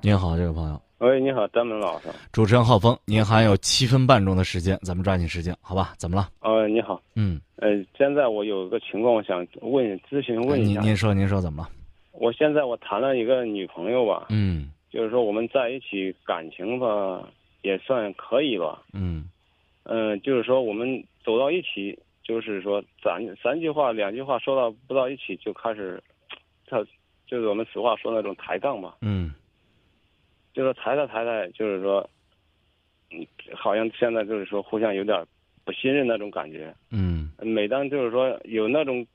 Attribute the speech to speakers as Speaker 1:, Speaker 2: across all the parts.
Speaker 1: 您好，这位朋友，
Speaker 2: 喂，你好，张明老师。
Speaker 1: 主持人浩峰，您还有七分半钟的时间，咱们抓紧时间，好吧？怎么了？
Speaker 2: 呃，你好，
Speaker 1: 嗯，
Speaker 2: 呃，现在我有个情况，我想问咨询问一
Speaker 1: 哎您
Speaker 2: 下。
Speaker 1: 您说您说怎么了？
Speaker 2: 我现在我谈了一个女朋友吧，
Speaker 1: 嗯
Speaker 2: 就是说我们在一起感情吧也算可以吧，
Speaker 1: 嗯
Speaker 2: 嗯、就是说我们走到一起，就是说咱三句话两句话说到不到一起就开始，他就是我们俗话说那种抬杠吧，
Speaker 1: 嗯
Speaker 2: 就是抬着抬着，就是说，嗯，好像现在就是说互相有点不信任那种感觉。
Speaker 1: 嗯
Speaker 2: 每当就是说有那种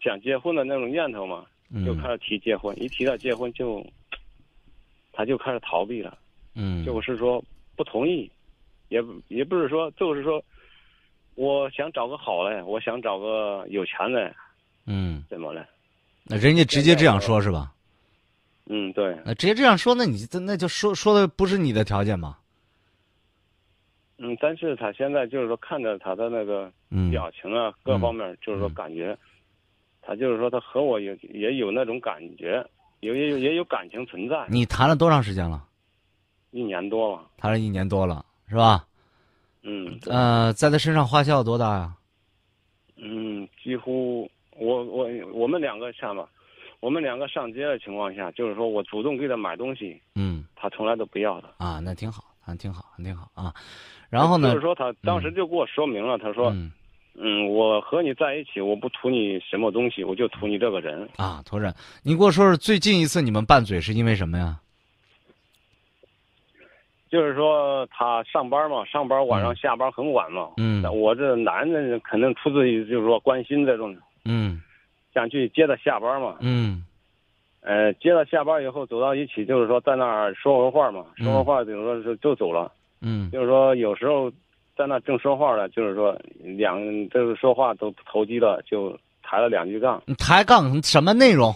Speaker 2: 想结婚的那种念头嘛，就开
Speaker 1: 嗯
Speaker 2: 始提结婚，一提到结婚就，他就开始逃避了，
Speaker 1: 嗯，
Speaker 2: 就是说不同意，也不也不是说就是说，我想找个好嘞，我想找个有钱的，
Speaker 1: 嗯，
Speaker 2: 怎么了？
Speaker 1: 那人家直接这样说，是吧？
Speaker 2: 嗯，对，
Speaker 1: 那直接这样说，那你那就说说的不是你的条件嘛？
Speaker 2: 嗯，但是他现在就是说看着他的那个
Speaker 1: 嗯
Speaker 2: 表情啊，各方面就是说
Speaker 1: 嗯
Speaker 2: 感觉，他就是说他和我有也有那种感觉，有也有也有感情存在，
Speaker 1: 你谈了多长时间了？
Speaker 2: 一年多了，
Speaker 1: 谈了一年多了，是吧？
Speaker 2: 嗯，对
Speaker 1: 呃，在他身上花销有多大呀、
Speaker 2: 嗯，几乎我我我们两个上吧，我们两个上街的情况下，就是说我主动给他买东西，
Speaker 1: 嗯
Speaker 2: 他从来都不要的。
Speaker 1: 啊，那挺好，啊，挺好，挺好啊。然后呢？
Speaker 2: 就是说他当时就给我说明了，他说，
Speaker 1: 嗯
Speaker 2: 嗯，我和你在一起，我不图你什么东西，我就图你这个人。
Speaker 1: 啊，同仁，您给我说说最近一次你们拌嘴是因为什么呀？
Speaker 2: 就是说他上班嘛，上班晚上下班很晚嘛。
Speaker 1: 嗯
Speaker 2: 那我这男的肯定出自于就是说关心这种，
Speaker 1: 嗯
Speaker 2: 想去接他下班嘛。
Speaker 1: 嗯
Speaker 2: 呃，接他下班以后走到一起，就是说在那儿说会儿话嘛，说会儿话，比如说就就走了。
Speaker 1: 嗯
Speaker 2: 就是说有时候在那正说话呢，就是说两就是说话都投机了，就抬了两句杠。
Speaker 1: 你抬杠什么内容？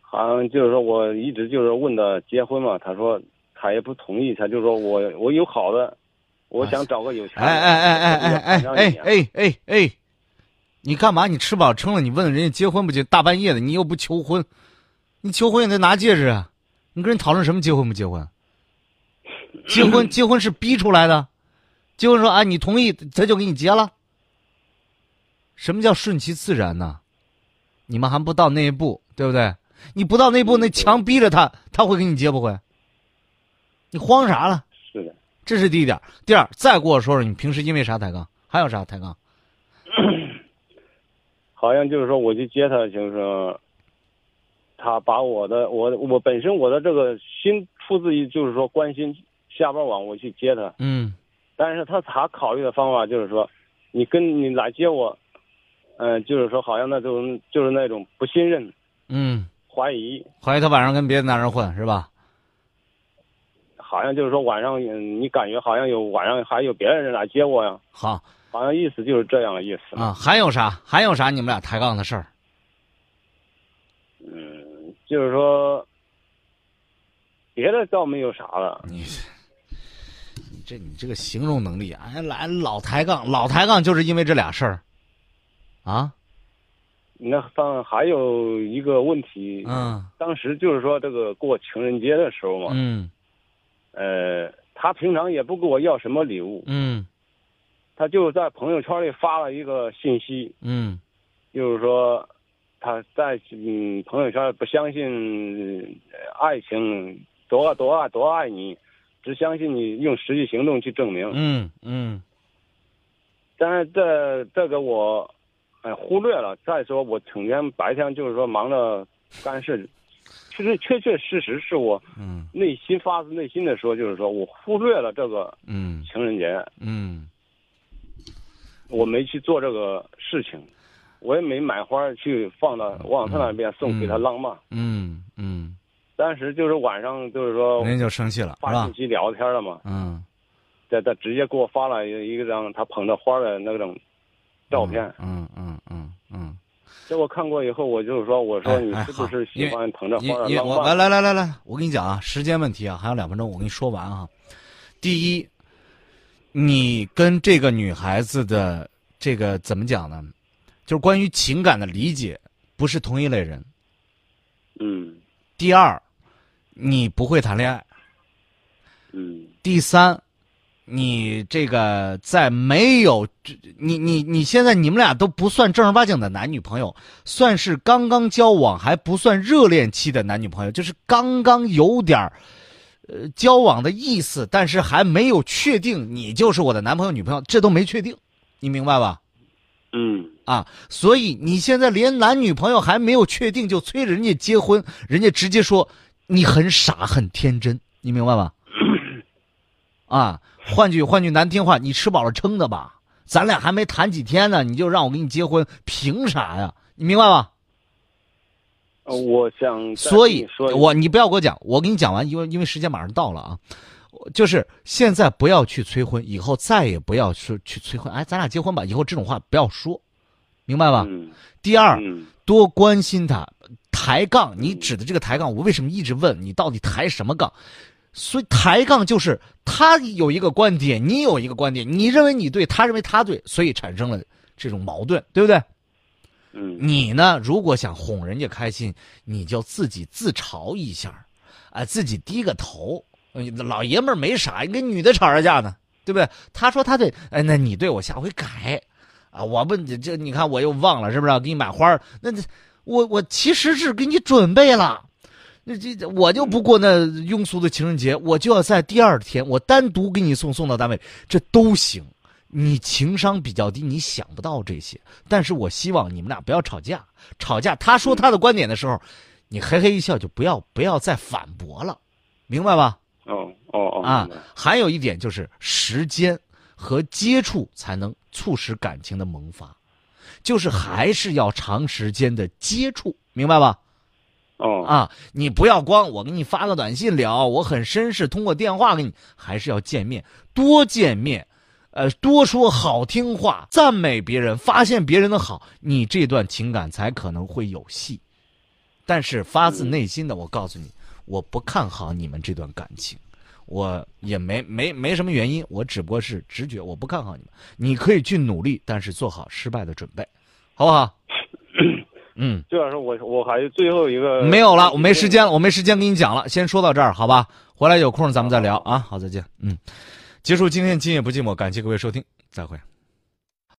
Speaker 2: 好像就是说我一直就是问他结婚嘛，他说他也不同意，他就说我我有好的，我想找个有钱
Speaker 1: 哎
Speaker 2: 的。
Speaker 1: 哎哎哎哎哎
Speaker 2: 我
Speaker 1: 哎
Speaker 2: 想让你
Speaker 1: 哎哎哎，你干嘛？你吃饱撑了，你问人家结婚不结？大半夜的，你又不求婚，你求婚也得拿戒指啊！你跟人讨论什么结婚不结婚？结婚结婚是逼出来的，结婚说啊你同意，他就给你结了。什么叫顺其自然呢？你们还不到那一步，对不对？你不到那一步，
Speaker 2: 嗯
Speaker 1: 那
Speaker 2: 对
Speaker 1: 强逼着他，他会跟你结不会？你慌啥了？
Speaker 2: 是的，
Speaker 1: 这是第一点儿。第二，再给我说说你平时因为啥抬杠，还有啥抬杠？
Speaker 2: 好像就是说我去接他，就是说他把我的我我本身我的这个心出自于就是说关心，下班晚我去接他，
Speaker 1: 嗯
Speaker 2: 但是他他考虑的方法就是说，你跟你来接我，嗯、就是说好像那种就是那种不信任、
Speaker 1: 嗯，
Speaker 2: 怀疑，
Speaker 1: 怀疑他晚上跟别的男人混是吧？
Speaker 2: 好像就是说晚上嗯你感觉好像有晚上还有别人来接我呀，
Speaker 1: 好
Speaker 2: 好像意思就是这样的意思。
Speaker 1: 啊，还有啥？还有啥？你们俩抬杠的事儿？
Speaker 2: 嗯，就是说别的倒没有啥了。
Speaker 1: 你这你这个形容能力，哎，来老抬杠，老抬杠就是因为这俩事儿，啊，
Speaker 2: 那当还有一个问题，
Speaker 1: 嗯
Speaker 2: 当时就是说这个过情人节的时候嘛，
Speaker 1: 嗯
Speaker 2: 呃，他平常也不给我要什么礼物，
Speaker 1: 嗯
Speaker 2: 他就在朋友圈里发了一个信息，
Speaker 1: 嗯
Speaker 2: 就是说他在嗯朋友圈不相信呃爱情多多爱多爱你，只相信你用实际行动去证明。
Speaker 1: 嗯嗯
Speaker 2: 但是这这个我呃忽略了。再说我整天白天就是说忙着干事，其实确确实实是我
Speaker 1: 嗯
Speaker 2: 内心发自内心的说，就是说我忽略了这个
Speaker 1: 嗯
Speaker 2: 情人节，
Speaker 1: 嗯
Speaker 2: 我没去做这个事情。我也没买花去放到往他那边送给他浪漫，
Speaker 1: 嗯嗯，
Speaker 2: 当时就是晚上，就是说
Speaker 1: 人家就生气了是
Speaker 2: 哦发
Speaker 1: 吧
Speaker 2: 信？息聊天了嘛，
Speaker 1: 嗯，
Speaker 2: 他他直接给我发了一个张他捧着花的那种照片，
Speaker 1: 嗯嗯嗯嗯。
Speaker 2: 结果看过以后，我就是说，我说
Speaker 1: 哎
Speaker 2: 你
Speaker 1: 哎
Speaker 2: 是不
Speaker 1: 好
Speaker 2: 是
Speaker 1: 因
Speaker 2: 喜
Speaker 1: 为
Speaker 2: 欢捧着
Speaker 1: 你
Speaker 2: 花的
Speaker 1: 你
Speaker 2: 浪
Speaker 1: 我来
Speaker 2: 漫？
Speaker 1: 来来来来，我跟你讲啊，时间问题啊，还有两分钟，我跟你说完啊。第一，你跟这个女孩子的这个怎么讲呢？就是关于情感的理解，不是同一类人。
Speaker 2: 嗯
Speaker 1: 第二，你不会谈恋爱；
Speaker 2: 嗯
Speaker 1: 第三，你这个在没有你你你现在你们俩都不算正儿八经的男女朋友，算是刚刚交往，还不算热恋期的男女朋友，就是刚刚有点儿。呃，交往的意思，但是还没有确定你就是我的男朋友、女朋友，这都没确定，你明白吧？
Speaker 2: 嗯
Speaker 1: 啊，所以你现在连男女朋友还没有确定就催人家结婚，人家直接说你很傻很天真，你明白 吧？啊，换句换句难听话，你吃饱了撑的吧？咱俩还没谈几天呢，你就让我跟你结婚，凭啥呀？你明白吧？
Speaker 2: 呃我想再
Speaker 1: 所
Speaker 2: 跟
Speaker 1: 以
Speaker 2: 你说一，
Speaker 1: 我你不要给我讲，我给你讲完，因为因为时间马上到了啊，就是现在不要去催婚，以后再也不要去去催婚。哎，咱俩结婚吧，以后这种话不要说，明白吧？
Speaker 2: 嗯
Speaker 1: 第啊二，
Speaker 2: 嗯
Speaker 1: 多关心他。抬杠，你指的这个抬杠，我为什么一直问你到底抬什么杠？所以抬杠就是他有一个观点，你有一个观点，你认为你对，他认为他对，所以产生了这种矛盾，对不对？
Speaker 2: 嗯
Speaker 1: 你呢，如果想哄人家开心，你就自己自嘲一下，啊、自己低个头。呃老爷们儿没啥，你跟女的吵啥架呢，对不对？他说他对，哎，那你对我下回改，啊，我不这这你看我又忘了是不是？给你买花儿，那这我我其实是给你准备了。那这这我就不过那庸俗的情人节，我就要在第二天，我单独给你送送到单位，这都行。你情商比较低，你想不到这些。但是我希望你们俩不要吵架。吵架，他说他的观点的时候，你嘿嘿一笑，就不要不要再反驳了，明白吧？
Speaker 2: 哦哦哦
Speaker 1: 啊
Speaker 2: 明白，
Speaker 1: 还有一点就是时间和接触才能促使感情的萌发，就是还是要长时间的接触，明白吧？
Speaker 2: 哦
Speaker 1: 啊，你不要光我给你发个短信聊，我很绅士，通过电话给你，还是要见面，多见面，呃，多说好听话，赞美别人，发现别人的好，你这段情感才可能会有戏。但是发自内心的，我告诉你，我不看好你们这段感情，我也没没没什么原因，我只不过是直觉，我不看好你们。你可以去努力，但是做好失败的准备，好不好？嗯。
Speaker 2: 这样说我我还有最后一个
Speaker 1: 没有了，我没时间了，我没时间跟你讲了，先说到这儿，好吧？回来有空咱们再聊啊，好，再见，嗯，结束今天今夜不寂寞，感谢各位收听，再会。